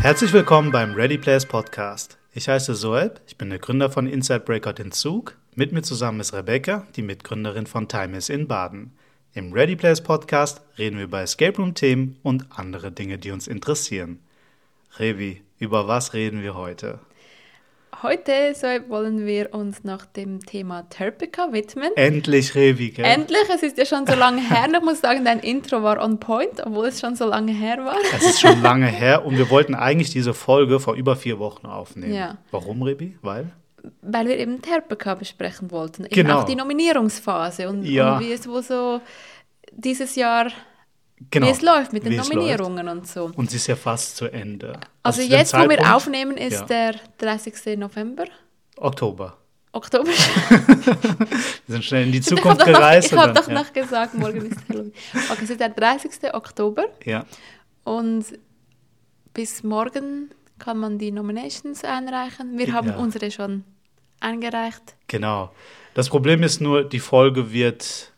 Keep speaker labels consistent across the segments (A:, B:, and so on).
A: Herzlich willkommen beim Ready Players Podcast. Ich heiße Soeb, ich bin der Gründer von Inside Breakout in Zug. Mit mir zusammen ist Rebecca, die Mitgründerin von Time is in Baden. Im Ready Players Podcast reden wir über Escape Room Themen und andere Dinge, die uns interessieren. Revi, über was reden wir heute?
B: Heute so, wollen wir uns noch dem Thema Terpica widmen.
A: Endlich Revi, gell?
B: Endlich, es ist ja schon so lange her. und Ich muss sagen, dein Intro war on point, obwohl es schon so lange her war.
A: Es ist schon lange her und wir wollten eigentlich diese Folge vor über vier Wochen aufnehmen.
B: Ja.
A: Warum, Revi? Weil?
B: Weil wir eben Terpica besprechen wollten. Eben
A: Genau.
B: Auch die Nominierungsphase und,
A: Ja.
B: und wie es wohl so dieses Jahr,
A: Genau.
B: wie es läuft mit den
A: Wie es läuft.
B: Nominierungen und so.
A: Und sie ist ja fast zu Ende.
B: Also
A: zu dem
B: jetzt, wo wir
A: Zeitpunkt-
B: aufnehmen, ist
A: Ja.
B: der 30. November,
A: Oktober.
B: Oktober.
A: Wir sind schnell in die
B: ich habe
A: Zukunft
B: doch, noch,
A: gereist.
B: ich hab
A: und
B: doch
A: dann-
B: noch gesagt, morgen ist Halloween. Okay, es ist der 30. Oktober.
A: ja.
B: Und bis morgen kann man die Nominations einreichen. Wir haben
A: Ja.
B: unsere schon eingereicht.
A: Genau. Das Problem ist nur, die Folge wird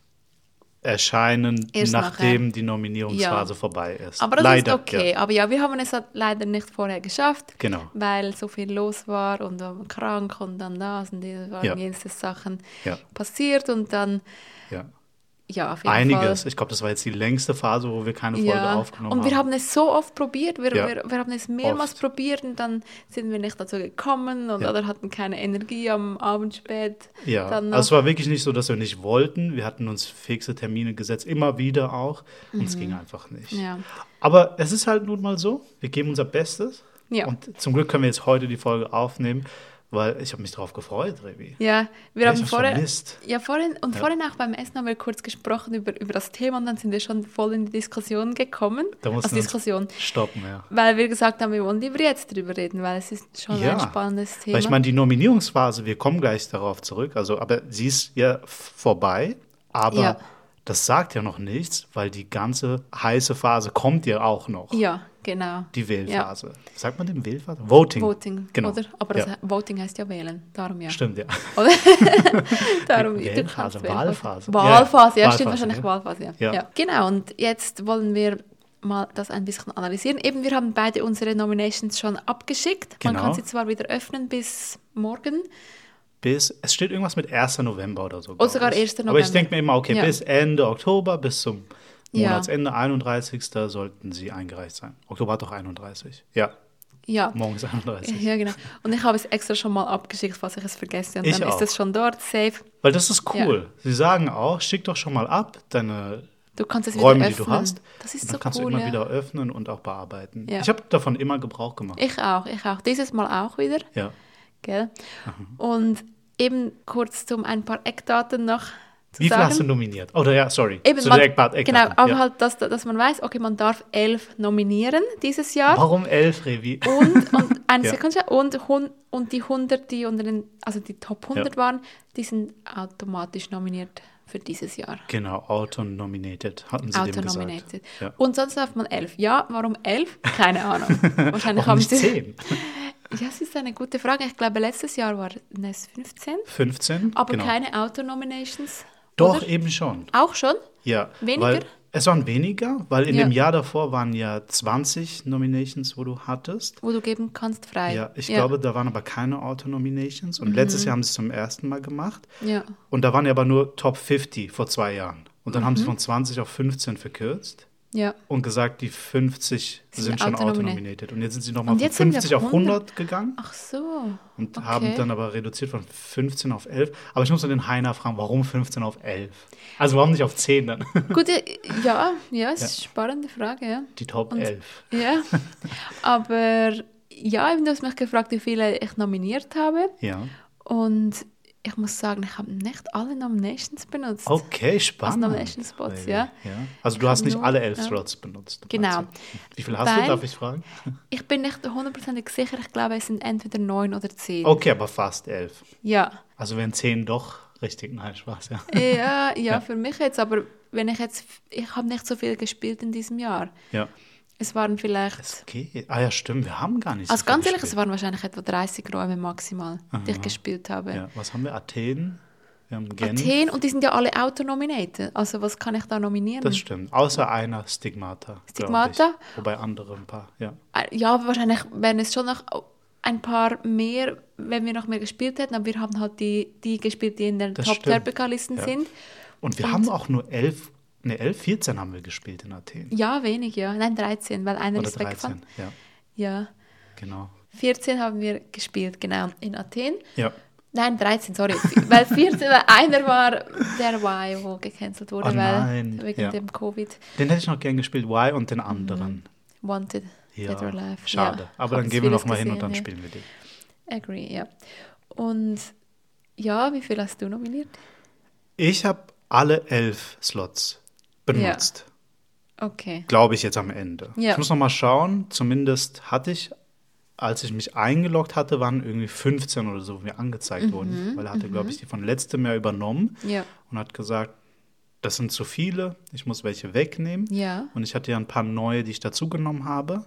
A: erscheinen,
B: Erst
A: nachdem
B: nachher.
A: die Nominierungsphase vorbei ist.
B: Aber das
A: Leider,
B: ist okay.
A: Ja.
B: Aber ja, wir haben es halt leider nicht vorher geschafft,
A: Genau.
B: weil so viel los war und wir waren krank und dann das und die waren
A: Ja.
B: jenste Sachen
A: Ja.
B: passiert und dann,
A: Ja.
B: ja, auf jeden
A: Einiges.
B: Fall.
A: Ich glaube, das war jetzt die längste Phase, wo wir keine Folge
B: Ja.
A: aufgenommen
B: Und wir
A: haben.
B: haben es so oft probiert, wir,
A: Ja.
B: wir, wir haben es mehrmals
A: Oft.
B: probiert und dann sind wir nicht dazu gekommen und,
A: Ja.
B: oder hatten keine Energie am Abend spät.
A: Ja,
B: dann
A: also es war wirklich nicht so, dass wir nicht wollten. Wir hatten uns fixe Termine gesetzt, immer wieder auch. Und es ging einfach nicht.
B: Mhm. Ja.
A: Aber es ist halt nun mal so, wir geben unser Bestes.
B: Ja.
A: Und zum Glück können wir jetzt heute die Folge aufnehmen, weil ich habe mich darauf gefreut, Revi.
B: Ja, wir
A: Ja, ich
B: haben
A: hab's
B: vorher,
A: vermisst.
B: ja, vorhin und vorhin auch beim Essen haben wir kurz gesprochen über, über das Thema und dann sind wir schon voll in die Diskussion gekommen.
A: Da mussten
B: also
A: wir uns-
B: Diskussion.
A: Stoppen, ja.
B: Weil wir gesagt haben, wir wollen lieber jetzt drüber reden, weil es ist schon ein Oh, spannendes Thema.
A: Weil ich meine, die Nominierungsphase, wir kommen gleich darauf zurück, also, aber sie ist ja f- vorbei, aber
B: Ja.
A: das sagt ja noch nichts, weil die ganze heiße Phase kommt ja auch noch.
B: ja, genau.
A: Die
B: Ja,
A: Wählphase. Sagt man dem Wählphase? Voting.
B: Voting,
A: genau.
B: oder? Aber
A: ja.
B: das, Voting heißt ja wählen, darum ja.
A: Stimmt, ja.
B: Oder? darum, du
A: Wählphase,
B: kannst wählen.
A: also Wahlphase.
B: Wahlphase, ja,
A: Ja,
B: stimmt
A: Wahlphase,
B: wahrscheinlich
A: ja.
B: Wahlphase, ja.
A: Ja.
B: Ja. Genau, und jetzt wollen wir mal das ein bisschen analysieren. Eben, wir haben beide unsere Nominations schon abgeschickt. Man
A: Genau.
B: kann sie zwar wieder öffnen bis morgen.
A: Bis, es steht irgendwas mit 1. November oder so.
B: Oder
A: glaub
B: Oh, sogar
A: ich.
B: 1.
A: Aber ich
B: November.
A: denke mir immer, okay,
B: Ja.
A: bis Ende Oktober, bis zum
B: Ja.
A: Monatsende, 31. sollten sie eingereicht sein. Oktober hat doch 31. Ja,
B: Ja.
A: morgen ist 31.
B: Ja, genau. Und ich habe es extra schon mal abgeschickt, falls ich es vergesse. Und
A: Ich
B: dann
A: auch.
B: ist es schon dort, safe.
A: Weil das ist cool. Sie sagen auch, schick doch schon mal ab deine
B: Du kannst es
A: Räume,
B: wieder
A: die
B: öffnen.
A: du hast.
B: Das ist
A: und dann
B: so
A: kannst du
B: cool.
A: immer
B: ja.
A: wieder öffnen und auch bearbeiten.
B: Ja.
A: Ich habe davon immer Gebrauch gemacht.
B: Ich auch, ich auch. Dieses Mal auch wieder.
A: ja.
B: Gell? Und eben kurz zum ein paar Eckdaten noch zu
A: Wie viel
B: sagen.
A: hast du nominiert? Oder ja, sorry.
B: Eben,
A: Zu
B: man,
A: direkt Bad
B: genau,
A: Eckdaten.
B: aber
A: ja.
B: halt, dass, dass man weiß, okay, man darf elf nominieren dieses Jahr.
A: Warum elf, Revi?
B: Und, und, eine
A: Ja.
B: Sekunde, und, hun- und die 100, die unter den, also die Top 100 waren, die sind automatisch nominiert für dieses Jahr.
A: Genau, auto-nominated, hatten sie dem gesagt.
B: Autonominated.
A: Ja.
B: Und sonst darf man elf. Ja, warum elf? Keine Ahnung. Wahrscheinlich
A: Warum
B: haben
A: nicht 10?
B: sie. Ja, das ist eine gute Frage. Ich glaube, letztes Jahr waren es 15,
A: 15?
B: aber
A: genau.
B: keine Autonominations.
A: Doch,
B: Oder?
A: eben schon.
B: Auch schon?
A: Ja,
B: Weniger?
A: Weil es waren weniger, weil in
B: Ja.
A: dem Jahr davor waren ja 20 Nominations, wo du hattest.
B: Wo du geben kannst frei.
A: Ja, ich glaube, da waren aber keine Auto-Nominations.
B: Mhm.
A: Und letztes Jahr haben sie es zum ersten Mal gemacht.
B: Ja.
A: Und da waren ja aber nur Top 50 vor zwei Jahren. Und dann haben
B: Mhm.
A: sie von 20 auf 15 verkürzt
B: ja.
A: und gesagt, die 50
B: Sind
A: sind schon
B: autonominiert.
A: Auto-Nominated. Und jetzt sind sie nochmal
B: Und
A: von
B: jetzt sind wir
A: 50 auf
B: 100.
A: 100 gegangen.
B: Ach so.
A: Und
B: Okay.
A: haben dann aber reduziert von 15 auf 11. Aber ich muss dann den Heiner fragen, warum 15 auf 11? Also warum nicht auf 10 dann?
B: Gut, ja, ja, Mhm. ja, es ist eine spannende Frage, ja.
A: Die Top
B: Und-
A: 11.
B: Ja. Aber ja, eben, du hast mich gefragt, wie viele ich nominiert habe.
A: Ja.
B: Und ich muss sagen, ich habe nicht alle Nominations benutzt.
A: Okay, spannend.
B: Nomination Spots,
A: Maybe,
B: ja.
A: Also du hast nicht
B: Nur,
A: alle 11
B: ja.
A: Slots benutzt.
B: Genau.
A: meinst du? Wie viel hast du,
B: Weil-
A: darf ich fragen?
B: Ich bin nicht hundertprozentig sicher. Ich glaube, es sind entweder neun oder zehn.
A: Okay, aber fast 11.
B: Ja.
A: Also wären 10 doch richtig. Nein, Spaß, ja.
B: Ja, ja, für mich jetzt. Aber wenn ich jetzt, ich habe nicht so viel gespielt in diesem Jahr.
A: Ja.
B: Es waren vielleicht,
A: Okay. Ah ja, stimmt, wir haben gar nicht
B: also
A: viel
B: ganz ehrlich, es
A: gespielt.
B: waren wahrscheinlich etwa 30 Räume maximal, die ich gespielt habe.
A: Ja, was haben wir? Athen? Wir haben Genf.
B: Athen und die sind ja alle auto-nominated. Also was kann ich da nominieren?
A: Das stimmt. Außer einer Stigmata. glaub
B: Stigmata?
A: Ich. Wobei andere ein paar, ja.
B: Äh, Ja, aber wahrscheinlich wären es schon noch ein paar mehr, wenn wir noch mehr gespielt hätten. Aber wir haben halt die, die gespielt, die in den
A: Das
B: top
A: stimmt.
B: listen
A: Ja.
B: sind.
A: Und wir
B: Und-
A: haben auch nur elf, ne, elf, 14 haben wir gespielt in Athen.
B: Ja, wenig, ja. Nein, 13, weil einer
A: Oder
B: ist weggefallen.
A: 13, ja,
B: Ja.
A: genau.
B: 14 haben wir gespielt, genau, in Athen.
A: Ja.
B: Nein, 13, sorry. Weil 14, weil einer war der Y, wo gecancelt wurde,
A: Oh nein,
B: weil wegen
A: ja.
B: dem Covid
A: Den hätte ich noch gern gespielt, Why und den anderen.
B: wanted
A: Ja,
B: Mhm. Dead or Alive.
A: schade.
B: Ja,
A: Aber dann
B: hab's
A: gehen wir
B: vieles
A: nochmal hin und
B: gesehen,
A: dann
B: ja.
A: spielen wir die.
B: Agree, ja. Und ja, wie viel hast du nominiert?
A: Ich habe alle elf Slots benutzt,
B: Okay.
A: glaube ich jetzt am Ende.
B: Ja.
A: Ich muss nochmal schauen, zumindest hatte ich, als ich mich eingeloggt hatte, waren irgendwie 15 oder so, die mir
B: Mhm.
A: angezeigt wurden. Weil er hatte, glaube ich, die von letztem Jahr übernommen
B: Ja.
A: und hat gesagt, das sind zu viele, ich muss welche wegnehmen.
B: Ja.
A: Und ich hatte ja ein paar neue, die ich dazugenommen habe.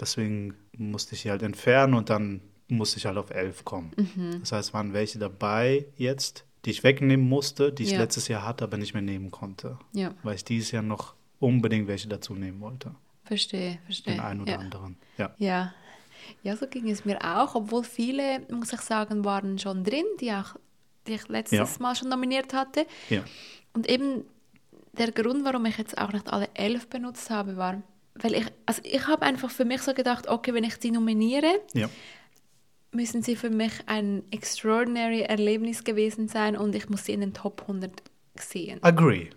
A: Deswegen musste ich die halt entfernen und dann musste ich halt auf 11 kommen.
B: Mhm.
A: Das heißt, waren welche dabei jetzt, die ich wegnehmen musste, die ich
B: Ja.
A: letztes Jahr hatte, aber nicht mehr nehmen konnte.
B: Ja,
A: Weil ich dieses Jahr noch unbedingt welche dazu nehmen wollte.
B: verstehe, verstehe.
A: Den einen oder
B: ja.
A: anderen. Ja.
B: Ja. Ja, so ging es mir auch, obwohl viele, muss ich sagen, waren schon drin, die, auch, die ich letztes
A: Ja.
B: Mal schon nominiert hatte.
A: ja.
B: Und eben der Grund, warum ich jetzt auch nicht alle elf benutzt habe, war, weil ich, also ich habe einfach für mich so gedacht, okay, wenn ich die nominiere,
A: Ja.
B: müssen sie für mich ein extraordinary Erlebnis gewesen sein und ich muss sie in den Top 100 sehen.
A: Agree.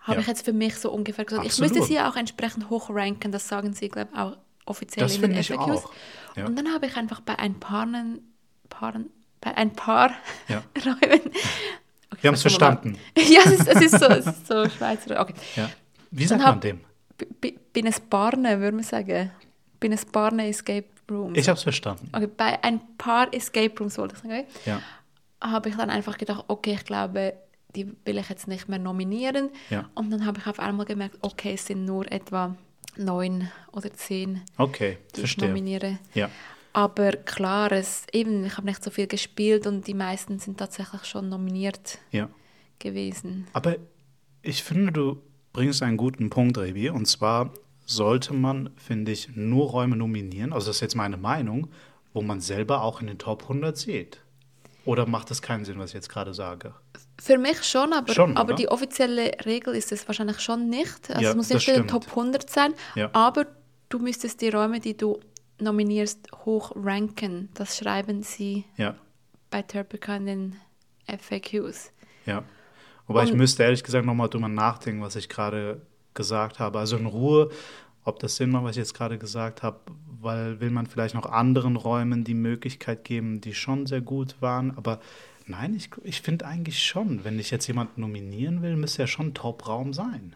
B: Habe
A: ja.
B: ich jetzt für mich so ungefähr gesagt.
A: Absolut.
B: Ich müsste sie auch entsprechend hochranken, das sagen sie, glaube ich, auch offiziell
A: Das
B: in den
A: finde ich
B: FAQs.
A: auch, ja.
B: Und dann habe ich einfach bei ein paar, Paaren, bei ein paar
A: Ja.
B: Räumen... Okay,
A: Wir haben's
B: sag mal.
A: verstanden.
B: Ja, es ist, es ist, so, es ist so Schweizer. Okay.
A: ja. Wie sagt
B: Dann hab-
A: man dem?
B: B- b- Bin es Barne, würde man sagen. Bin es Barne Escape Rooms.
A: Ich habe es verstanden.
B: okay, bei ein paar Escape Rooms wollte ich sagen. Okay?
A: Ja.
B: habe ich dann einfach gedacht, okay, ich glaube, die will ich jetzt nicht mehr nominieren.
A: Ja.
B: Und dann habe ich auf einmal gemerkt, okay, es sind nur etwa neun oder zehn,
A: Okay,
B: die ich
A: verstehe.
B: nominiere.
A: Ja.
B: Aber klar, es, eben, ich habe nicht so viel gespielt und die meisten sind tatsächlich schon nominiert
A: Ja.
B: gewesen.
A: Aber ich finde, du bringst einen guten Punkt, Rebi. Und zwar sollte man, finde ich, nur Räume nominieren, also das ist jetzt meine Meinung, wo man selber auch in den Top 100 sieht. Oder macht das keinen Sinn, was ich jetzt gerade sage?
B: Für mich schon, aber,
A: Schon,
B: aber
A: oder?
B: die offizielle Regel ist es wahrscheinlich schon nicht. Also
A: Ja,
B: es muss
A: das
B: nicht in den
A: stimmt.
B: Top 100 sein,
A: Ja.
B: aber du müsstest die Räume, die du nominierst, hoch ranken. Das schreiben sie
A: Ja,
B: bei Turpica in den FAQs.
A: ja. Wobei ich
B: Und-
A: müsste ehrlich gesagt nochmal drüber nachdenken, was ich gerade gesagt habe. Also in Ruhe, ob das Sinn macht, was ich jetzt gerade gesagt habe, weil will man vielleicht noch anderen Räumen die Möglichkeit geben, die schon sehr gut waren. Aber nein, ich, ich finde eigentlich schon, wenn ich jetzt jemanden nominieren will, müsste ja schon ein Top-Raum sein.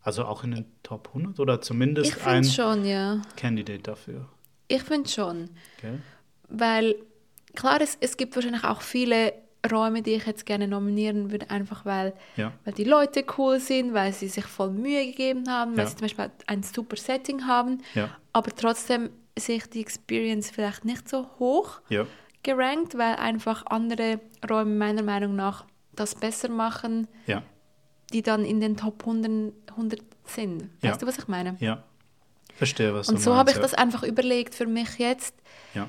A: Also auch in den Top 100 oder
B: Ich
A: zumindest ein
B: finde schon, ja.
A: Candidate dafür.
B: Ich finde schon.
A: Gell?
B: Weil, klar, es, es gibt wahrscheinlich auch viele Räume, die ich jetzt gerne nominieren würde, einfach weil,
A: Ja.
B: weil die Leute cool sind, weil sie sich voll Mühe gegeben haben, weil
A: Ja.
B: sie zum Beispiel ein super Setting haben.
A: Ja.
B: Aber trotzdem sehe ich die Experience vielleicht nicht so hoch
A: Ja.
B: gerankt, weil einfach andere Räume meiner Meinung nach das besser machen,
A: Ja,
B: die dann in den Top 100, 100 sind. Weißt
A: Ja.
B: du, was ich meine?
A: ja. Verstehe, was
B: Und
A: du
B: so habe
A: meinst.
B: ich das einfach überlegt für mich jetzt.
A: ja. ja.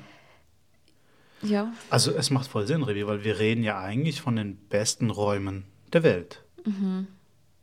B: Ja,
A: Also es macht voll Sinn, Rebi, weil wir reden ja eigentlich von den besten Räumen der Welt.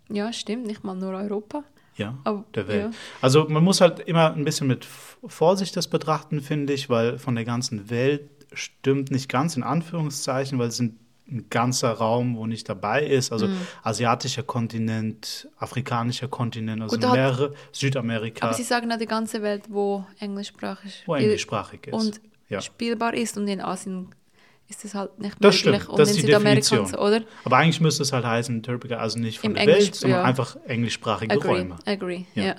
B: ja stimmt, nicht mal nur Europa.
A: Ja,
B: Oh,
A: der Welt.
B: ja.
A: Also man muss halt immer ein bisschen mit F- Vorsicht das betrachten, finde ich, weil von der ganzen Welt stimmt nicht ganz in Anführungszeichen, weil es sind ein ganzer Raum, wo nicht dabei ist. Also
B: Mhm.
A: asiatischer Kontinent, afrikanischer Kontinent, also
B: Gut, da hat-
A: mehrere,
B: Aber
A: Südamerika,
B: sie sagen ja die ganze Welt, wo englischsprachig,
A: wo englischsprachig ist.
B: und
A: ja.
B: spielbar ist. Und in Asien ist das halt nicht
A: Das
B: möglich.
A: stimmt,
B: und
A: das
B: in
A: ist die
B: Südamerika
A: Definition.
B: und so, oder?
A: Aber eigentlich müsste es halt heißen, Türpica, also nicht von
B: Im
A: der
B: Englisch-
A: Welt, sondern
B: ja.
A: einfach englischsprachige
B: Agree,
A: Räume.
B: agree,
A: Ja.
B: ja.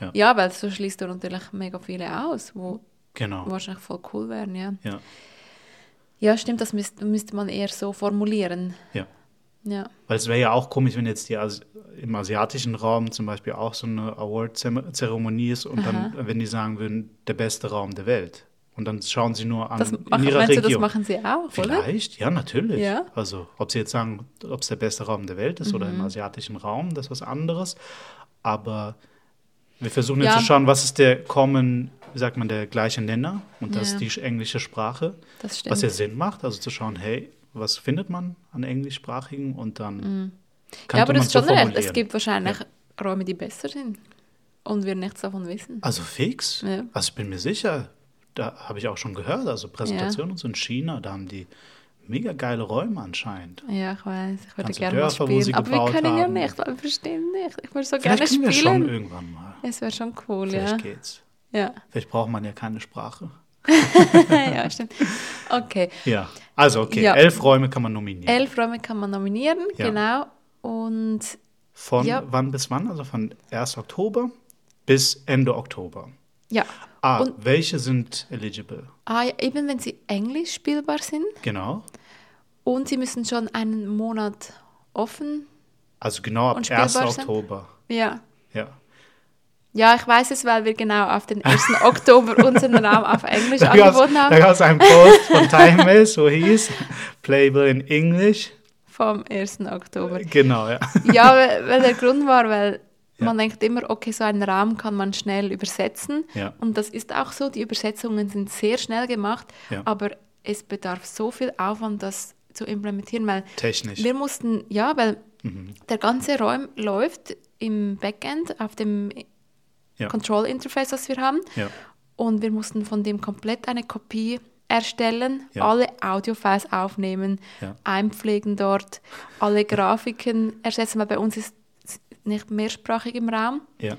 A: Ja.
B: Ja. weil so schließt du natürlich mega viele aus, wo
A: Genau.
B: wahrscheinlich voll cool wären, ja.
A: Ja,
B: Ja, stimmt, das müsste, müsste man eher so formulieren.
A: ja.
B: Ja,
A: Weil es wäre ja auch komisch, wenn jetzt die Asi im asiatischen Raum zum Beispiel auch so eine Award-Zeremonie ist und dann, wenn die sagen würden, der beste Raum der Welt. Und dann schauen sie nur an
B: Das
A: in
B: machen,
A: ihrer
B: meinst du, das
A: Region.
B: machen sie auch, oder?
A: Vielleicht, ja, natürlich.
B: Ja. Mhm.
A: Also, ob sie jetzt sagen, ob es der beste Raum der Welt ist oder im asiatischen Raum, das ist was anderes. Aber wir versuchen jetzt
B: Ja.
A: zu schauen, was ist der common, wie sagt man, der gleiche Nenner? Und das
B: Ja.
A: ist die englische Sprache,
B: Das stimmt.
A: was ja Sinn macht. Also zu schauen, hey, was findet man an englischsprachigen und dann könnte
B: Mhm. ja, aber das
A: man
B: ist
A: so
B: schon recht. Es
A: formulieren.
B: gibt wahrscheinlich Räume, die besser sind. Und wir nichts davon wissen.
A: Also fix?
B: Ja.
A: Also ich bin mir sicher, da habe ich auch schon gehört, also Präsentationen und so in China, da haben die mega geile Räume anscheinend.
B: Ja, ich weiß. Ich würde
A: Ganze
B: gerne mal
A: Dörfer, wo sie
B: spielen. Aber wir
A: gebaut
B: können ja
A: haben.
B: nicht. Wir verstehen nicht. Ich würde so
A: Vielleicht
B: gerne
A: kriegen wir schon
B: spielen.
A: irgendwann mal.
B: Es wäre schon cool,
A: Vielleicht
B: ja.
A: geht's.
B: Ja.
A: Vielleicht braucht man ja keine Sprache.
B: ja, stimmt. Okay.
A: Ja, also okay,
B: Ja.
A: elf Räume kann man nominieren.
B: Elf Räume kann man nominieren,
A: Ja.
B: genau. Und
A: Von
B: ja.
A: wann bis wann? Also von 1. Oktober bis Ende Oktober.
B: ja.
A: Ah,
B: Und
A: welche sind eligible?
B: ah, ja, eben wenn sie Englisch spielbar sind
A: Genau.
B: und sie müssen schon einen Monat offen.
A: Also genau ab
B: Und
A: 1.
B: spielbar sind?
A: Oktober.
B: Ja.
A: Ja.
B: Ja, ich weiß es, weil wir genau auf den 1. Oktober unseren Raum auf Englisch
A: Da gab's- also
B: angeboten
A: Da
B: haben.
A: gab es einen Post von Time Mails, wo hieß Playable in English.
B: Vom 1. Oktober.
A: Genau, ja.
B: Ja, weil weil der Grund war, weil
A: Ja.
B: man denkt immer, okay, so einen Rahmen kann man schnell übersetzen.
A: Ja.
B: Und das ist auch so. Die Übersetzungen sind sehr schnell gemacht,
A: Ja.
B: aber es bedarf so viel Aufwand, das zu implementieren, weil
A: Technisch. Mhm.
B: wir mussten, ja, weil der ganze Raum läuft im Backend auf dem
A: Ja.
B: Control Interface, das wir haben.
A: Ja.
B: Und wir mussten von dem komplett eine Kopie erstellen,
A: Ja.
B: alle Audiofiles aufnehmen,
A: Ja.
B: einpflegen dort, alle Grafiken ersetzen, weil bei uns ist es nicht mehrsprachig im Raum.
A: Ja,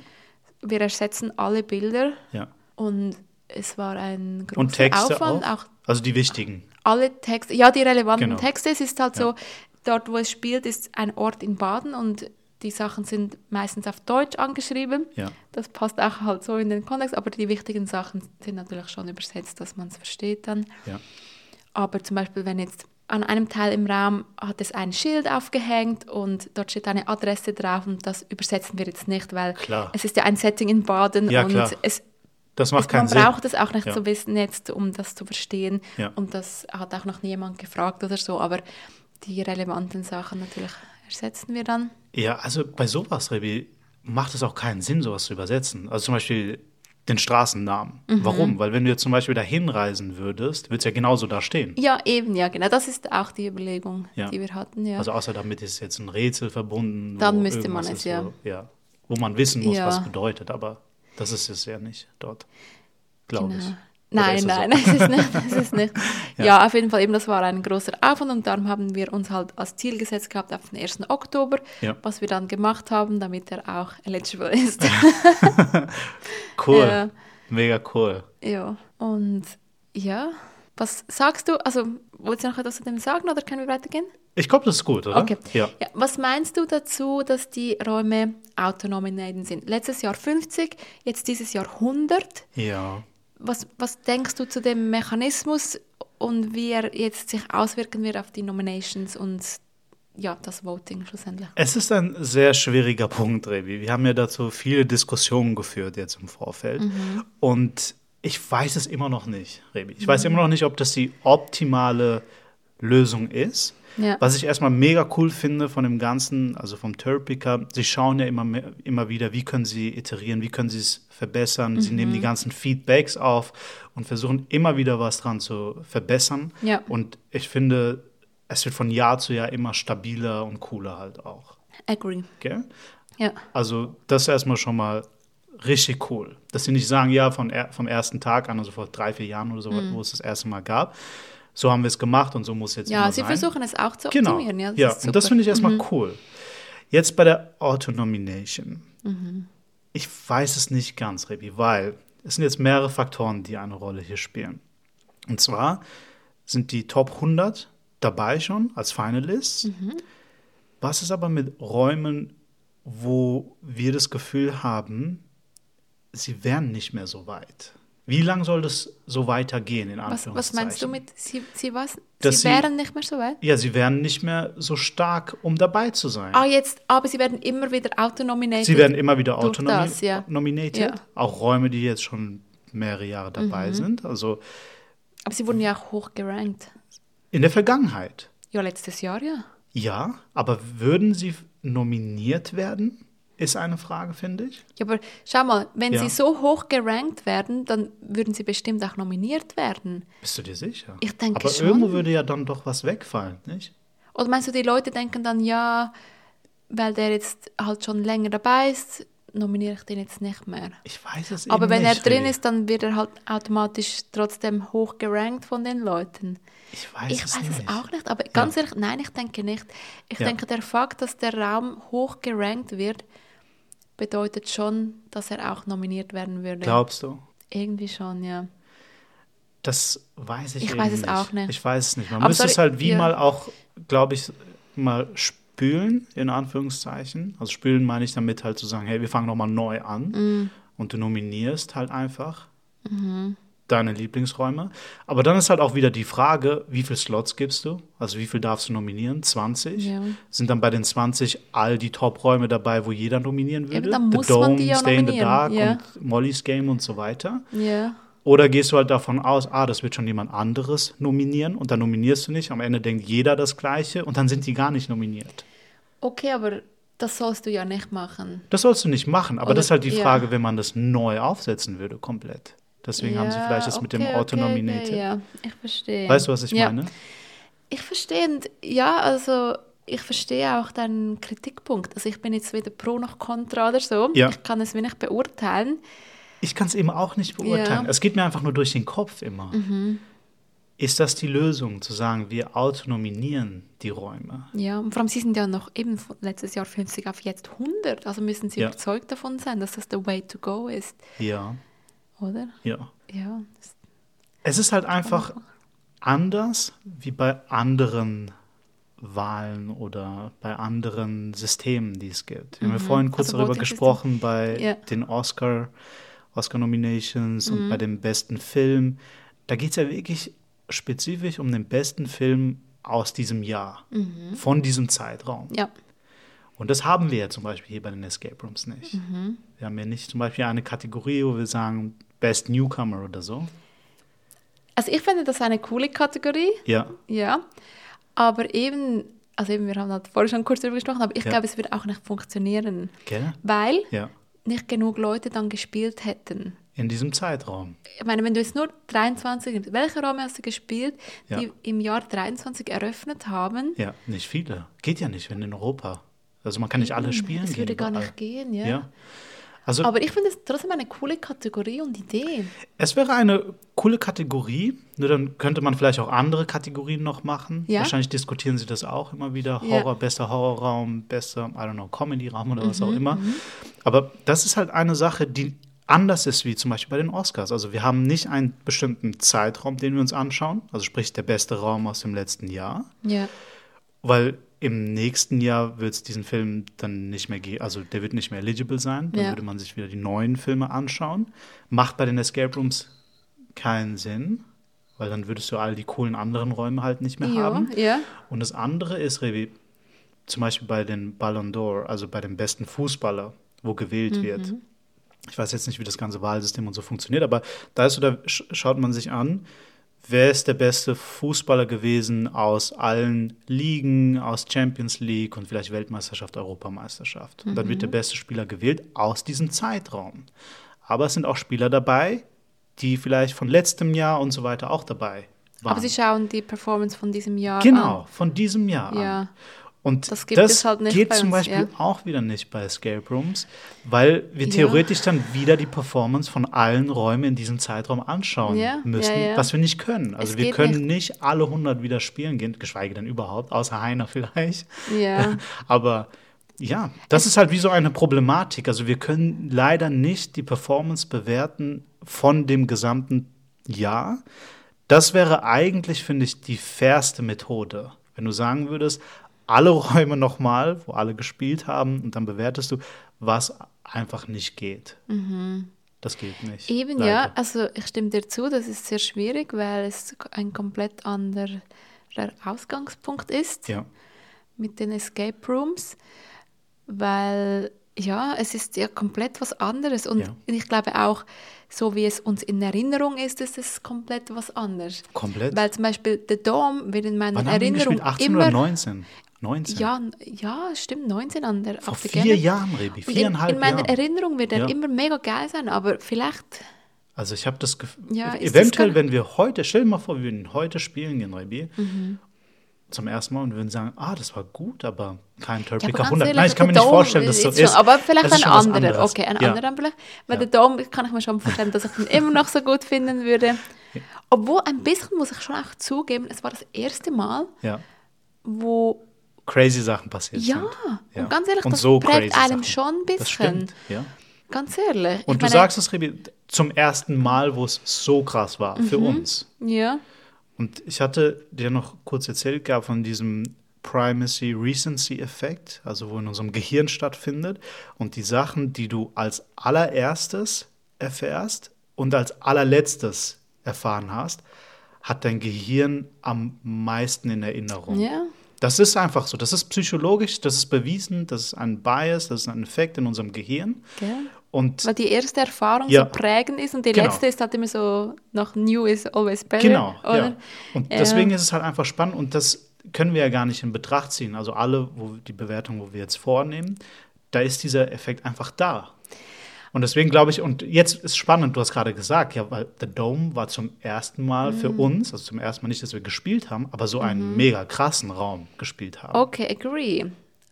B: Wir ersetzen alle Bilder
A: ja.
B: und es war ein großer
A: Und Texte
B: Aufwand.
A: auch? Also die wichtigen.
B: alle Texte, ja, die relevanten
A: Genau.
B: Texte. Es ist halt
A: Ja.
B: so, dort, wo es spielt, ist ein Ort in Baden und die Sachen sind meistens auf Deutsch angeschrieben.
A: Ja.
B: Das passt auch halt so in den Kontext, aber die wichtigen Sachen sind natürlich schon übersetzt, dass man es versteht dann.
A: Ja.
B: Aber zum Beispiel, wenn jetzt an einem Teil im Raum hat es ein Schild aufgehängt und dort steht eine Adresse drauf und das übersetzen wir jetzt nicht, weil
A: Klar.
B: es ist ja ein Setting in Baden
A: Ja,
B: und
A: klar.
B: es
A: Das macht
B: es-
A: keinen
B: man
A: Sinn.
B: braucht es auch nicht
A: Ja.
B: zu wissen jetzt, um das zu verstehen.
A: Ja.
B: Und das hat auch noch niemand gefragt oder so. Aber die relevanten Sachen natürlich ersetzen wir dann.
A: Ja, also bei sowas, Rebi, macht es auch keinen Sinn, sowas zu übersetzen. Also zum Beispiel den Straßennamen.
B: Mhm.
A: Warum? Weil wenn du jetzt zum Beispiel da hinreisen würdest, würde es ja genauso da stehen.
B: Ja, eben, ja, genau. Das ist auch die Überlegung,
A: Ja.
B: die wir hatten. Ja.
A: Also außer damit ist jetzt ein Rätsel verbunden. wo
B: Dann müsste man
A: irgendwas
B: es,
A: ist,
B: ja.
A: Wo, ja. Wo man wissen muss,
B: Ja.
A: was bedeutet. Aber das ist es ja nicht dort. Glaube ich.
B: Genau.
A: Oder
B: Nein,
A: ist es so?
B: nein, es ist nicht. Es ist nicht. ja. auf jeden Fall, eben, das war ein großer Aufwand und darum haben wir uns halt als Ziel gesetzt gehabt auf den 1. Oktober,
A: Ja.
B: was wir dann gemacht haben, damit er auch eligible ist.
A: Cool.
B: Ja.
A: Mega cool.
B: Ja, und ja, was sagst du? Also, wolltest du noch etwas zu dem sagen oder können wir weitergehen?
A: Ich glaube, das ist gut, oder?
B: Okay.
A: Ja.
B: was meinst du dazu, dass die Räume autonominated sind? Letztes Jahr 50, jetzt dieses Jahr 100.
A: Ja.
B: Was, was denkst du zu dem Mechanismus und wie er jetzt sich auswirken wird auf die Nominations und ja, das Voting schlussendlich?
A: Es ist ein sehr schwieriger Punkt, Revi. Wir haben ja dazu viele Diskussionen geführt jetzt im Vorfeld. Und ich weiß es immer noch nicht, Revi. Ich weiß immer noch nicht, ob das die optimale Lösung ist.
B: Ja.
A: Was ich erstmal mega cool finde von dem Ganzen, also vom Turpica, sie schauen ja immer, mehr, immer wieder, wie können sie iterieren, wie können sie es verbessern. Sie nehmen die ganzen Feedbacks auf und versuchen immer wieder was dran zu verbessern.
B: Ja.
A: Und ich finde, es wird von Jahr zu Jahr immer stabiler und cooler halt auch.
B: Agree.
A: Gell?
B: Ja.
A: Also das ist erstmal schon mal richtig cool, dass sie nicht sagen, ja, von er, vom ersten Tag an, also vor drei, vier Jahren oder so,
B: Mhm.
A: wo es das erste Mal gab, so haben wir es gemacht und so muss es jetzt
B: Ja,
A: immer
B: sie
A: sein.
B: versuchen es auch zu
A: Genau.
B: optimieren. Ja, das ist super. Mhm.
A: und das finde ich erstmal cool. Jetzt bei der Autonomination.
B: Mhm.
A: Ich weiß es nicht ganz, Rebi, weil es sind jetzt mehrere Faktoren, die eine Rolle hier spielen. Und zwar sind die Top 100 dabei schon als Finalists.
B: Mhm.
A: Was ist aber mit Räumen, wo wir das Gefühl haben, sie wären nicht mehr so weit? Wie lange soll das so weitergehen, in
B: was,
A: Anführungszeichen?
B: was meinst du mit, sie, sie, was?
A: Dass
B: sie
A: sie-
B: wären nicht mehr so weit?
A: Ja, sie wären nicht mehr so stark, um dabei zu sein.
B: Ah, jetzt, aber sie werden immer wieder autonominated.
A: sie werden immer wieder
B: durch das, ja.
A: autonominiert.
B: Ja.
A: Auch Räume, die jetzt schon mehrere Jahre dabei
B: Mhm.
A: sind. Also
B: Aber sie wurden ja auch hoch gerankt.
A: in der Vergangenheit.
B: Ja, letztes Jahr, ja.
A: Ja, aber würden sie nominiert werden? Ist eine Frage, finde ich.
B: Ja, aber schau mal, wenn
A: Ja.
B: sie so hoch gerankt werden, dann würden sie bestimmt auch nominiert werden.
A: Bist du dir sicher?
B: Ich denke
A: Aber
B: schon.
A: irgendwo würde ja dann doch was wegfallen, nicht?
B: Oder meinst du, die Leute denken dann, ja, weil der jetzt halt schon länger dabei ist, nominiere ich den jetzt nicht mehr.
A: Ich weiß es
B: Aber
A: eben
B: wenn
A: nicht.
B: er drin
A: Redi.
B: ist, dann wird er halt automatisch trotzdem hoch gerankt von den Leuten.
A: ich weiß,
B: ich
A: es,
B: weiß
A: nicht.
B: es auch nicht, aber ganz ehrlich, nein, ich denke nicht. Ich
A: Ja.
B: denke, der Fakt, dass der Raum hoch gerankt wird, bedeutet schon, dass er auch nominiert werden würde.
A: Glaubst du?
B: Irgendwie schon, ja.
A: Das weiß ich,
B: Ich
A: eben
B: weiß es
A: nicht.
B: auch nicht.
A: Ich weiß es nicht. Man
B: Aber
A: müsste
B: sorry,
A: es halt wie
B: ja.
A: mal auch, glaube ich, mal spülen, in Anführungszeichen. Also spülen meine ich damit halt zu sagen, hey, wir fangen nochmal neu an.
B: Mm.
A: Und du nominierst halt einfach
B: Mhm.
A: deine Lieblingsräume. Aber dann ist halt auch wieder die Frage, wie viele Slots gibst du? Also wie viel darfst du nominieren? 20?
B: Ja.
A: Sind dann bei den 20 all die Top-Räume dabei, wo jeder nominieren würde?
B: dann muss
A: the
B: man
A: Dome,
B: die ja
A: Stay in the
B: nominieren,
A: Dark
B: ja.
A: und Molly's Game und so weiter.
B: Ja.
A: Oder gehst du halt davon aus, ah, das wird schon jemand anderes nominieren und dann nominierst du nicht. Am Ende denkt jeder das Gleiche und dann sind die gar nicht nominiert.
B: Okay, aber das sollst du ja nicht machen.
A: Das sollst du nicht machen. Aber
B: Oder-
A: das ist halt die
B: Oh, ja.
A: Frage, wenn man das neu aufsetzen würde, komplett. Deswegen haben sie
B: Ja,
A: vielleicht das mit dem
B: okay,
A: Autonominated.
B: Okay, okay, ja, ich verstehe.
A: Weißt du, was ich
B: ja.
A: meine?
B: Ich verstehe, und ja, also ich verstehe auch deinen Kritikpunkt. Also ich bin jetzt weder pro noch contra oder so.
A: Ja.
B: Ich kann es wenig beurteilen.
A: Ich kann es eben auch nicht beurteilen.
B: Ja. Mhm.
A: Es geht mir einfach nur durch den Kopf immer. Ist das die Lösung, zu sagen, wir autonominieren die Räume?
B: Ja, und vor allem, sie sind ja noch eben von letztes Jahr 50 auf jetzt 100. Also müssen sie
A: Ja.
B: überzeugt davon sein, dass das der Way to go ist,
A: Ja,
B: oder?
A: ja.
B: Ja, das-
A: Es ist halt einfach anders wie bei anderen Wahlen oder bei anderen Systemen, die es gibt. Wir haben ja vorhin kurz
B: Also
A: darüber
B: Voting System.
A: gesprochen bei
B: Ja. Mhm.
A: den Oscar, Oscar-Nominations und bei dem besten Film. Da geht es ja wirklich spezifisch um den besten Film aus diesem Jahr,
B: Mhm.
A: von diesem Zeitraum.
B: ja.
A: Und das haben wir ja zum Beispiel hier bei den Escape Rooms nicht.
B: Mhm.
A: Wir haben ja nicht zum Beispiel eine Kategorie, wo wir sagen, Best Newcomer oder so.
B: Also ich finde das eine coole Kategorie.
A: Ja,
B: Ja, aber eben, also eben, wir haben halt vorher schon kurz darüber gesprochen, aber ich
A: Ja.
B: glaube, es wird auch nicht funktionieren,
A: gell?
B: weil
A: Ja.
B: nicht genug Leute dann gespielt hätten.
A: In diesem Zeitraum.
B: Ich meine, wenn du jetzt nur 23 nimmst, welche Räume hast du gespielt, die
A: Ja.
B: im Jahr 23 eröffnet haben?
A: Ja, nicht viele. Geht ja nicht, wenn in Europa. Also man kann nicht alle spielen.
B: Hm, Das würde
A: gehen
B: gar
A: überall.
B: nicht gehen, ja.
A: Ja. Also
B: Aber ich finde es trotzdem eine coole Kategorie und Idee.
A: es wäre eine coole Kategorie. Nur dann könnte man vielleicht auch andere Kategorien noch machen.
B: Ja.
A: Wahrscheinlich diskutieren sie das auch immer wieder.
B: Ja.
A: Horror, bester Horrorraum, bester, I don't know, Comedyraum oder was auch
B: Mhm,
A: immer. Aber das ist halt eine Sache, die anders ist wie zum Beispiel bei den Oscars. Also wir haben nicht einen bestimmten Zeitraum, den wir uns anschauen. Also sprich der beste Raum aus dem letzten Jahr.
B: Ja.
A: Weil im nächsten Jahr wird es diesen Film dann nicht mehr geben, also der wird nicht mehr eligible sein. Dann
B: Ja.
A: würde man sich wieder die neuen Filme anschauen. Macht bei den Escape Rooms keinen Sinn, weil dann würdest du all die coolen anderen Räume halt nicht mehr
B: Ja,
A: haben.
B: ja.
A: Und das andere ist, Revi, zum Beispiel bei den Ballon d'Or, also bei dem besten Fußballer, wo gewählt
B: Mhm.
A: wird. Ich weiß jetzt nicht, wie das ganze Wahlsystem und so funktioniert, aber da ist so, da sch schaut man sich an, wer ist der beste Fußballer gewesen aus allen Ligen, aus Champions League und vielleicht Weltmeisterschaft, Europameisterschaft. Und dann wird der
B: Mhm.
A: beste Spieler gewählt aus diesem Zeitraum. Aber es sind auch Spieler dabei, die vielleicht von letztem Jahr und so weiter auch dabei waren.
B: Aber sie schauen die Performance von diesem Jahr
A: Genau, von diesem Jahr
B: an.
A: an.
B: Ja.
A: Und das,
B: Das gibt es halt nicht
A: geht
B: bei
A: zum
B: uns,
A: Beispiel auch wieder nicht bei Escape Rooms, weil wir theoretisch dann wieder die Performance von allen Räumen in diesem Zeitraum anschauen
B: Ja,
A: müssen,
B: ja, ja.
A: was wir nicht können. Also
B: Es
A: wir
B: geht
A: können nicht. alle 100 wieder spielen gehen, geschweige denn überhaupt, außer Heiner vielleicht.
B: Ja.
A: Aber ja, das ist halt wie so eine Problematik. Also wir können leider nicht die Performance bewerten von dem gesamten Jahr. Das wäre eigentlich, finde ich, die fairste Methode. Wenn du sagen würdest, alle Räume nochmal, wo alle gespielt haben, und dann bewertest du, was einfach nicht geht. Das geht nicht.
B: Mhm. Eben
A: leider.
B: ja, also ich stimme dir zu, das ist sehr schwierig, weil es ein komplett anderer Ausgangspunkt ist
A: Ja,
B: mit den Escape Rooms, weil ja, es ist ja komplett was anderes. Und
A: Ja.
B: ich glaube auch, so wie es uns in Erinnerung ist, ist es komplett was anderes.
A: Komplett.
B: Weil zum Beispiel der Dom wird in meiner
A: Wann haben wir
B: Erinnerung
A: gespielt? 18
B: immer.
A: oder 19? 19.
B: Ja, n- ja, stimmt, 19 an der
A: Vor
B: auf der
A: vier
B: Gerne.
A: Jahren, Rebi.
B: Und
A: Viereinhalb
B: in, in meiner
A: Jahren.
B: Erinnerung wird er
A: Ja.
B: immer mega geil sein, aber vielleicht,
A: Also ich habe das Gefühl,
B: Ja, ist das
A: eventuell,
B: gar-
A: wenn wir heute, stell dir mal vor, wir würden heute spielen gehen, Rebi, zum ersten Mal und würden sagen, ah, das war gut, aber kein Turpica
B: ganz
A: 100.
B: ehrlich, also
A: Nein, ich kann mir
B: der
A: nicht
B: Dom
A: vorstellen, dass so
B: schon,
A: ist.
B: Aber vielleicht
A: Es ist
B: ein
A: schon was
B: anderer,
A: anderes.
B: okay, ein
A: ja.
B: anderer vielleicht. Weil
A: Ja.
B: der Dom kann ich mir schon vorstellen, dass ich ihn immer noch so gut finden würde. Obwohl, ein bisschen muss ich schon auch zugeben, es war das erste Mal,
A: Ja.
B: wo,
A: Crazy Sachen passiert
B: ja,
A: sind.
B: und ganz ehrlich,
A: Und
B: das
A: so
B: prägt
A: crazy Sachen.
B: einem schon ein
A: Das
B: bisschen.
A: stimmt, ja.
B: Ganz ehrlich. Ich
A: Und du
B: meine,
A: sagst es, Rebi, zum ersten Mal, wo es so krass war für
B: Mhm.
A: uns.
B: Ja,
A: Und ich hatte dir noch kurz erzählt gehabt von diesem Primacy-Recency-Effekt, also wo in unserem Gehirn stattfindet. Und die Sachen, die du als allererstes erfährst und als allerletztes erfahren hast, hat dein Gehirn am meisten in Erinnerung.
B: ja.
A: Das ist einfach so. Das ist psychologisch, das ist bewiesen, das ist ein Bias, das ist ein Effekt in unserem Gehirn.
B: Gell?
A: Und
B: Weil die erste Erfahrung
A: Ja.
B: so prägend ist und die
A: Genau.
B: letzte ist halt immer so noch new is always better.
A: Genau,
B: oder?
A: ja. Und
B: Ja.
A: deswegen ist es halt einfach spannend und das können wir ja gar nicht in Betracht ziehen. Also alle, wo die Bewertung, wo wir jetzt vornehmen, da ist dieser Effekt einfach da. Und deswegen glaube ich, und jetzt ist spannend, du hast gerade gesagt, ja, weil The Dome war zum ersten Mal für
B: Mhm.
A: uns, also zum ersten Mal nicht, dass wir gespielt haben, aber so einen mega krassen Raum gespielt haben.
B: Okay, agree.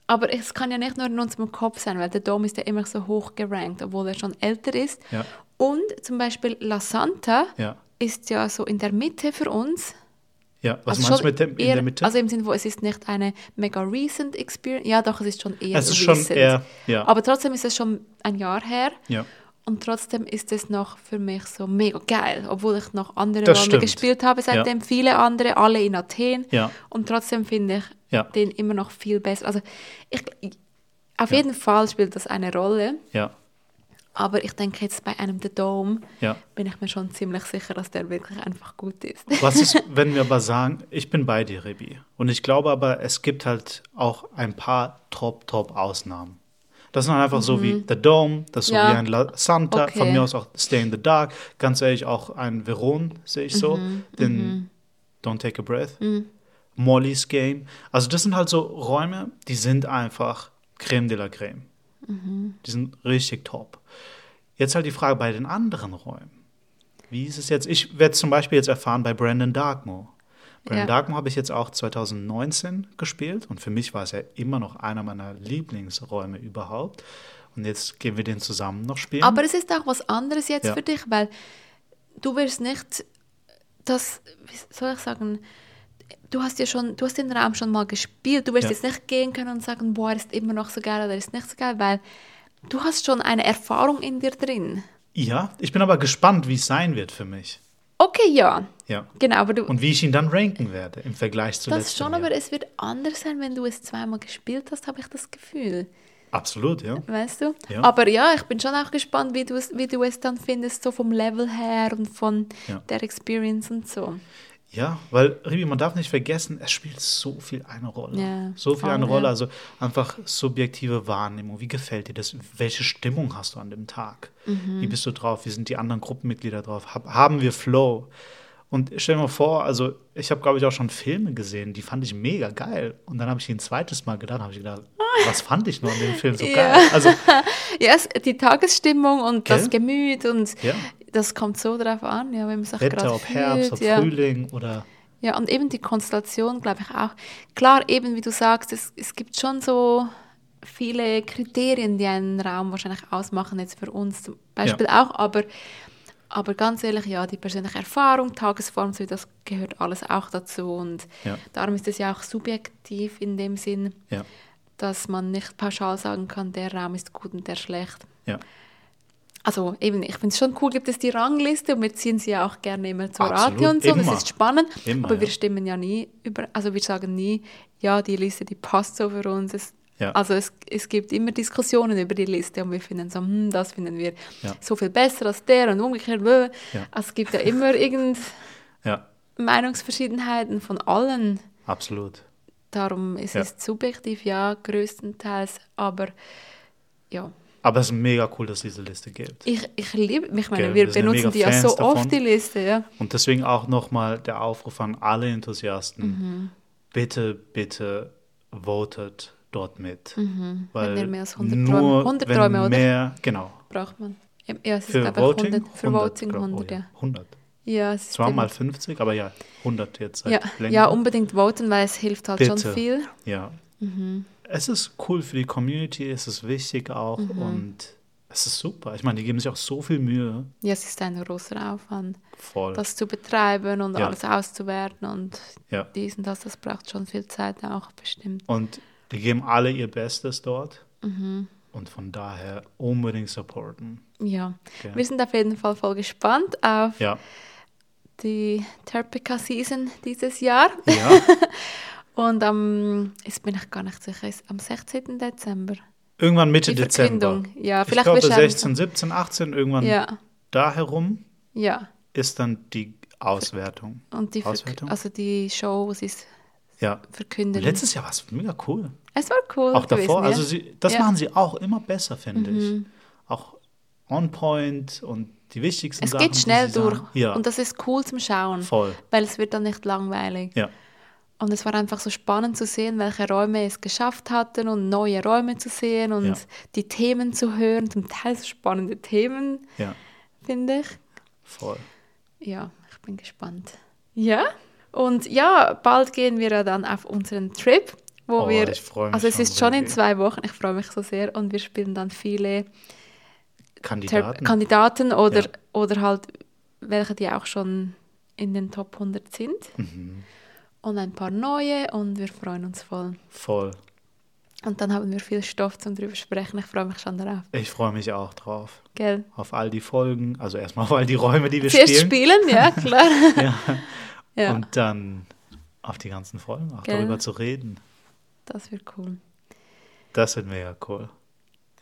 B: Aber es kann ja nicht nur in unserem Kopf sein, weil der Dom ist ja immer so hoch gerankt, obwohl er schon älter ist.
A: Ja.
B: Und zum Beispiel La Santa
A: Ja.
B: ist ja so in der Mitte für uns.
A: Ja, was
B: Also
A: meinst du
B: schon
A: mit dem, in
B: eher-
A: der Mitte?
B: Also im Sinn, wo es ist nicht eine mega recent Experience. Ja, doch, es ist schon eher
A: Es ist schon
B: recent.
A: eher- ja.
B: Aber trotzdem ist es schon ein Jahr her.
A: Ja.
B: Und trotzdem ist es noch für mich so mega geil, obwohl ich noch andere
A: Das
B: Räume
A: stimmt.
B: gespielt habe seitdem, viele andere, alle in Athen.
A: Ja.
B: Und trotzdem finde ich
A: Ja.
B: den immer noch viel besser. Also ich, ich- auf jeden Fall spielt das eine Rolle,
A: ja,
B: aber ich denke jetzt bei einem The Dome
A: ja.
B: bin ich mir schon ziemlich sicher, dass der wirklich einfach gut ist.
A: Was ist, wenn wir aber sagen, ich bin bei dir, Rebi. Und ich glaube aber, es gibt halt auch ein paar top, top Ausnahmen. Das sind halt einfach so wie The Dome, das so
B: Mhm. Ja.
A: wie ein La Santa, von
B: Okay.
A: mir aus auch Stay in the Dark, ganz ehrlich auch ein Veron, sehe ich so,
B: Mhm,
A: den Don't Take a Breath, Molly's Game. Also das sind halt so Räume, die sind einfach Creme de la Creme. Die sind richtig top. Jetzt halt die Frage bei den anderen Räumen. Wie ist es jetzt? Ich werde zum Beispiel jetzt erfahren bei Brandon Darkmoor. Brandon
B: Ja.
A: Darkmoor habe ich jetzt auch 2019 gespielt und für mich war es ja immer noch einer meiner Lieblingsräume überhaupt. Und jetzt gehen wir den zusammen noch spielen.
B: Aber es ist auch was anderes jetzt
A: Ja.
B: für dich, weil du wirst nicht das, wie soll ich sagen, du hast ja schon, du hast den Raum schon mal gespielt. Du wirst
A: Ja.
B: jetzt nicht gehen können und sagen, boah, er ist immer noch so geil oder er ist nicht so geil, weil du hast schon eine Erfahrung in dir drin.
A: ja, ich bin aber gespannt, wie es sein wird für mich.
B: Okay, ja,
A: Ja.
B: genau, aber du,
A: Und wie ich ihn dann ranken werde im Vergleich zu
B: das
A: letztem
B: schon,
A: Jahr.
B: aber es wird anders sein, wenn du es zweimal gespielt hast, habe ich das Gefühl.
A: Absolut, ja.
B: Weißt du?
A: Ja.
B: Aber ja, ich bin schon auch gespannt, wie du es, wie du es dann findest, so vom Level her und von
A: Ja.
B: der Experience und so.
A: Ja, weil, Ribi, man darf nicht vergessen, es spielt so viel eine Rolle.
B: Ja,
A: so viel
B: voll,
A: eine
B: ja.
A: Rolle, also einfach subjektive Wahrnehmung. Wie gefällt dir das? Welche Stimmung hast du an dem Tag?
B: Mhm.
A: Wie bist du drauf? Wie sind die anderen Gruppenmitglieder drauf? Hab, haben wir Flow? Und stell dir mal vor, also ich habe, glaube ich, auch schon Filme gesehen, die fand ich mega geil. Und dann habe ich die ein zweites Mal gedacht, habe ich gedacht, was fand ich noch an dem Film so
B: Ja.
A: geil? Also,
B: Ja, es- die Tagesstimmung und
A: Gell?
B: das Gemüt und
A: Ja.
B: das kommt so drauf an, ja, wenn man sich gerade
A: Wetter, ob
B: fühlt.
A: Herbst, ob
B: ja.
A: Frühling oder
B: ja, und eben die Konstellation, glaube ich auch. Klar, eben wie du sagst, es, es gibt schon so viele Kriterien, die einen Raum wahrscheinlich ausmachen, jetzt für uns zum Beispiel auch, aber, aber ganz ehrlich, ja, die persönliche Erfahrung, Tagesform, so, das gehört alles auch dazu und
A: Ja.
B: darum ist es ja auch subjektiv in dem Sinn,
A: ja,
B: dass man nicht pauschal sagen kann, der Raum ist gut und der schlecht.
A: ja.
B: Also eben, ich finde es schon cool, gibt es die Rangliste und wir ziehen sie ja auch gerne immer zur
A: Absolut,
B: Rate und so,
A: immer.
B: das ist spannend,
A: Immer,
B: aber wir
A: ja.
B: stimmen ja nie über, also wir sagen nie, ja, die Liste, die passt so für uns. Es,
A: Ja.
B: Also es, es gibt immer Diskussionen über die Liste und wir finden so, hm, das finden wir
A: Ja.
B: so viel besser als der und umgekehrt. Bläh.
A: Ja.
B: Also es gibt ja immer irgend
A: Ja,
B: Meinungsverschiedenheiten von allen.
A: absolut.
B: Darum es
A: Ja.
B: ist subjektiv, ja, größtenteils, aber ja.
A: Aber es ist mega cool, dass es diese Liste gibt.
B: Ich, ich liebe, ich meine,
A: Gell,
B: wir
A: wir sind mega
B: benutzen die ja
A: Fans
B: so
A: davon.
B: oft, die Liste, ja.
A: Und deswegen auch nochmal der Aufruf an alle Enthusiasten.
B: Mhm.
A: Bitte, bitte votet dort mit. Weil
B: Mhm. Wenn ihr mehr als 100
A: nur,
B: Träume- 100
A: wenn
B: Träume, oder?
A: mehr, genau.
B: Braucht man. Ja, es ist,
A: Für
B: glaube ich,
A: Voting
B: 100, für Voting
A: glaub-
B: 100,
A: oh,
B: ja.
A: 100.
B: Ja, es ist
A: Zwar mal
B: stimmt.
A: 50, aber ja, 100 jetzt seit
B: ja. um-
A: länger.
B: ja, unbedingt voten, weil es hilft halt
A: Bitte.
B: schon viel.
A: Ja.
B: Mhm.
A: Es ist cool für die Community, es ist wichtig auch
B: Mhm.
A: und es ist super. Ich meine, die geben sich auch so viel Mühe.
B: Ja, es ist ein großer Aufwand,
A: Voll.
B: das zu betreiben und
A: Ja.
B: alles auszuwerten und
A: ja.
B: dies und das, das braucht schon viel Zeit auch bestimmt.
A: Und die geben alle ihr Bestes dort.
B: Mhm.
A: Und von daher unbedingt supporten.
B: Ja,
A: Gell.
B: wir sind auf jeden Fall voll gespannt auf
A: Ja.
B: die Terpica-Season dieses Jahr.
A: Ja.
B: Und am, jetzt bin ich gar nicht sicher, ist am 16. Dezember.
A: Irgendwann Mitte
B: Die
A: Dezember.
B: Verkündung. Ja,
A: ich
B: vielleicht
A: glaube
B: beschreiben-
A: 16, 17, 18, irgendwann
B: Ja,
A: da herum
B: ja.
A: ist dann die Auswertung.
B: Und die, Verk-
A: Auswertung?
B: also die Show, wo sie es
A: Ja.
B: verkünden.
A: Letztes Jahr war es mega cool.
B: es war cool.
A: Auch davor.
B: gewesen, ja.
A: Also sie, das
B: Ja. Mhm.
A: machen sie auch immer besser, finde ich. Auch on point und die wichtigsten
B: es
A: Sachen.
B: geht schnell
A: die sie
B: durch.
A: Sagen. Ja,
B: Und das ist cool zum Schauen,
A: voll.
B: weil es wird dann nicht langweilig.
A: Ja.
B: Und es war einfach so spannend zu sehen, welche Räume es geschafft hatten und neue Räume zu sehen und
A: Ja.
B: die Themen zu hören. Zum Teil so spannende Themen,
A: ja,
B: finde ich.
A: voll.
B: Ja, ich bin gespannt. Ja? Und ja, bald gehen wir ja dann auf unseren Trip, wo
A: Oh,
B: wir.
A: ich freu mich
B: also es
A: schon
B: ist schon in
A: riesig.
B: zwei Wochen, ich freue mich so sehr. Und wir spielen dann viele Ter
A: Kandidaten.
B: Kandidaten oder,
A: Ja.
B: oder halt welche, die auch schon in den Top 100 sind.
A: Mhm.
B: Und ein paar neue und wir freuen uns voll.
A: voll.
B: Und dann haben wir viel Stoff zum drüber sprechen. Ich freue mich schon darauf.
A: Ich freue mich auch drauf.
B: Gell?
A: Auf all die Folgen. Also erstmal auf all die Räume, die wir
B: Zuerst
A: spielen.
B: spielen, ja, klar. ja,
A: Und dann auf die ganzen Folgen, auch
B: Gell.
A: darüber zu reden.
B: das wird cool.
A: Das wird mega cool.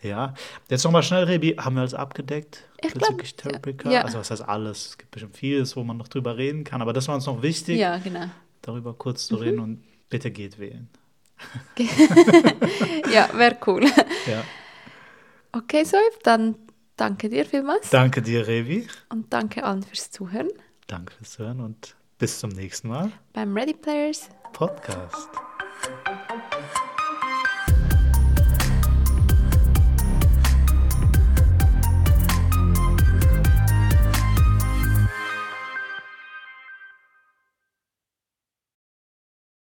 A: Ja, jetzt nochmal schnell, Rebi, haben wir alles abgedeckt
B: Ich glaub,
A: bezüglich Terapica?
B: ja.
A: Also was heißt alles? Es gibt bestimmt vieles, wo man noch drüber reden kann, aber das war uns noch wichtig,
B: Ja, Mhm. genau.
A: darüber kurz zu reden und bitte geht wählen.
B: Ja, wäre cool.
A: Ja.
B: Okay, Soif, dann danke dir vielmals
A: Danke dir, Revi.
B: und danke allen fürs Zuhören
A: Danke fürs Hören und bis zum nächsten Mal.
B: beim Ready Players.
A: Podcast.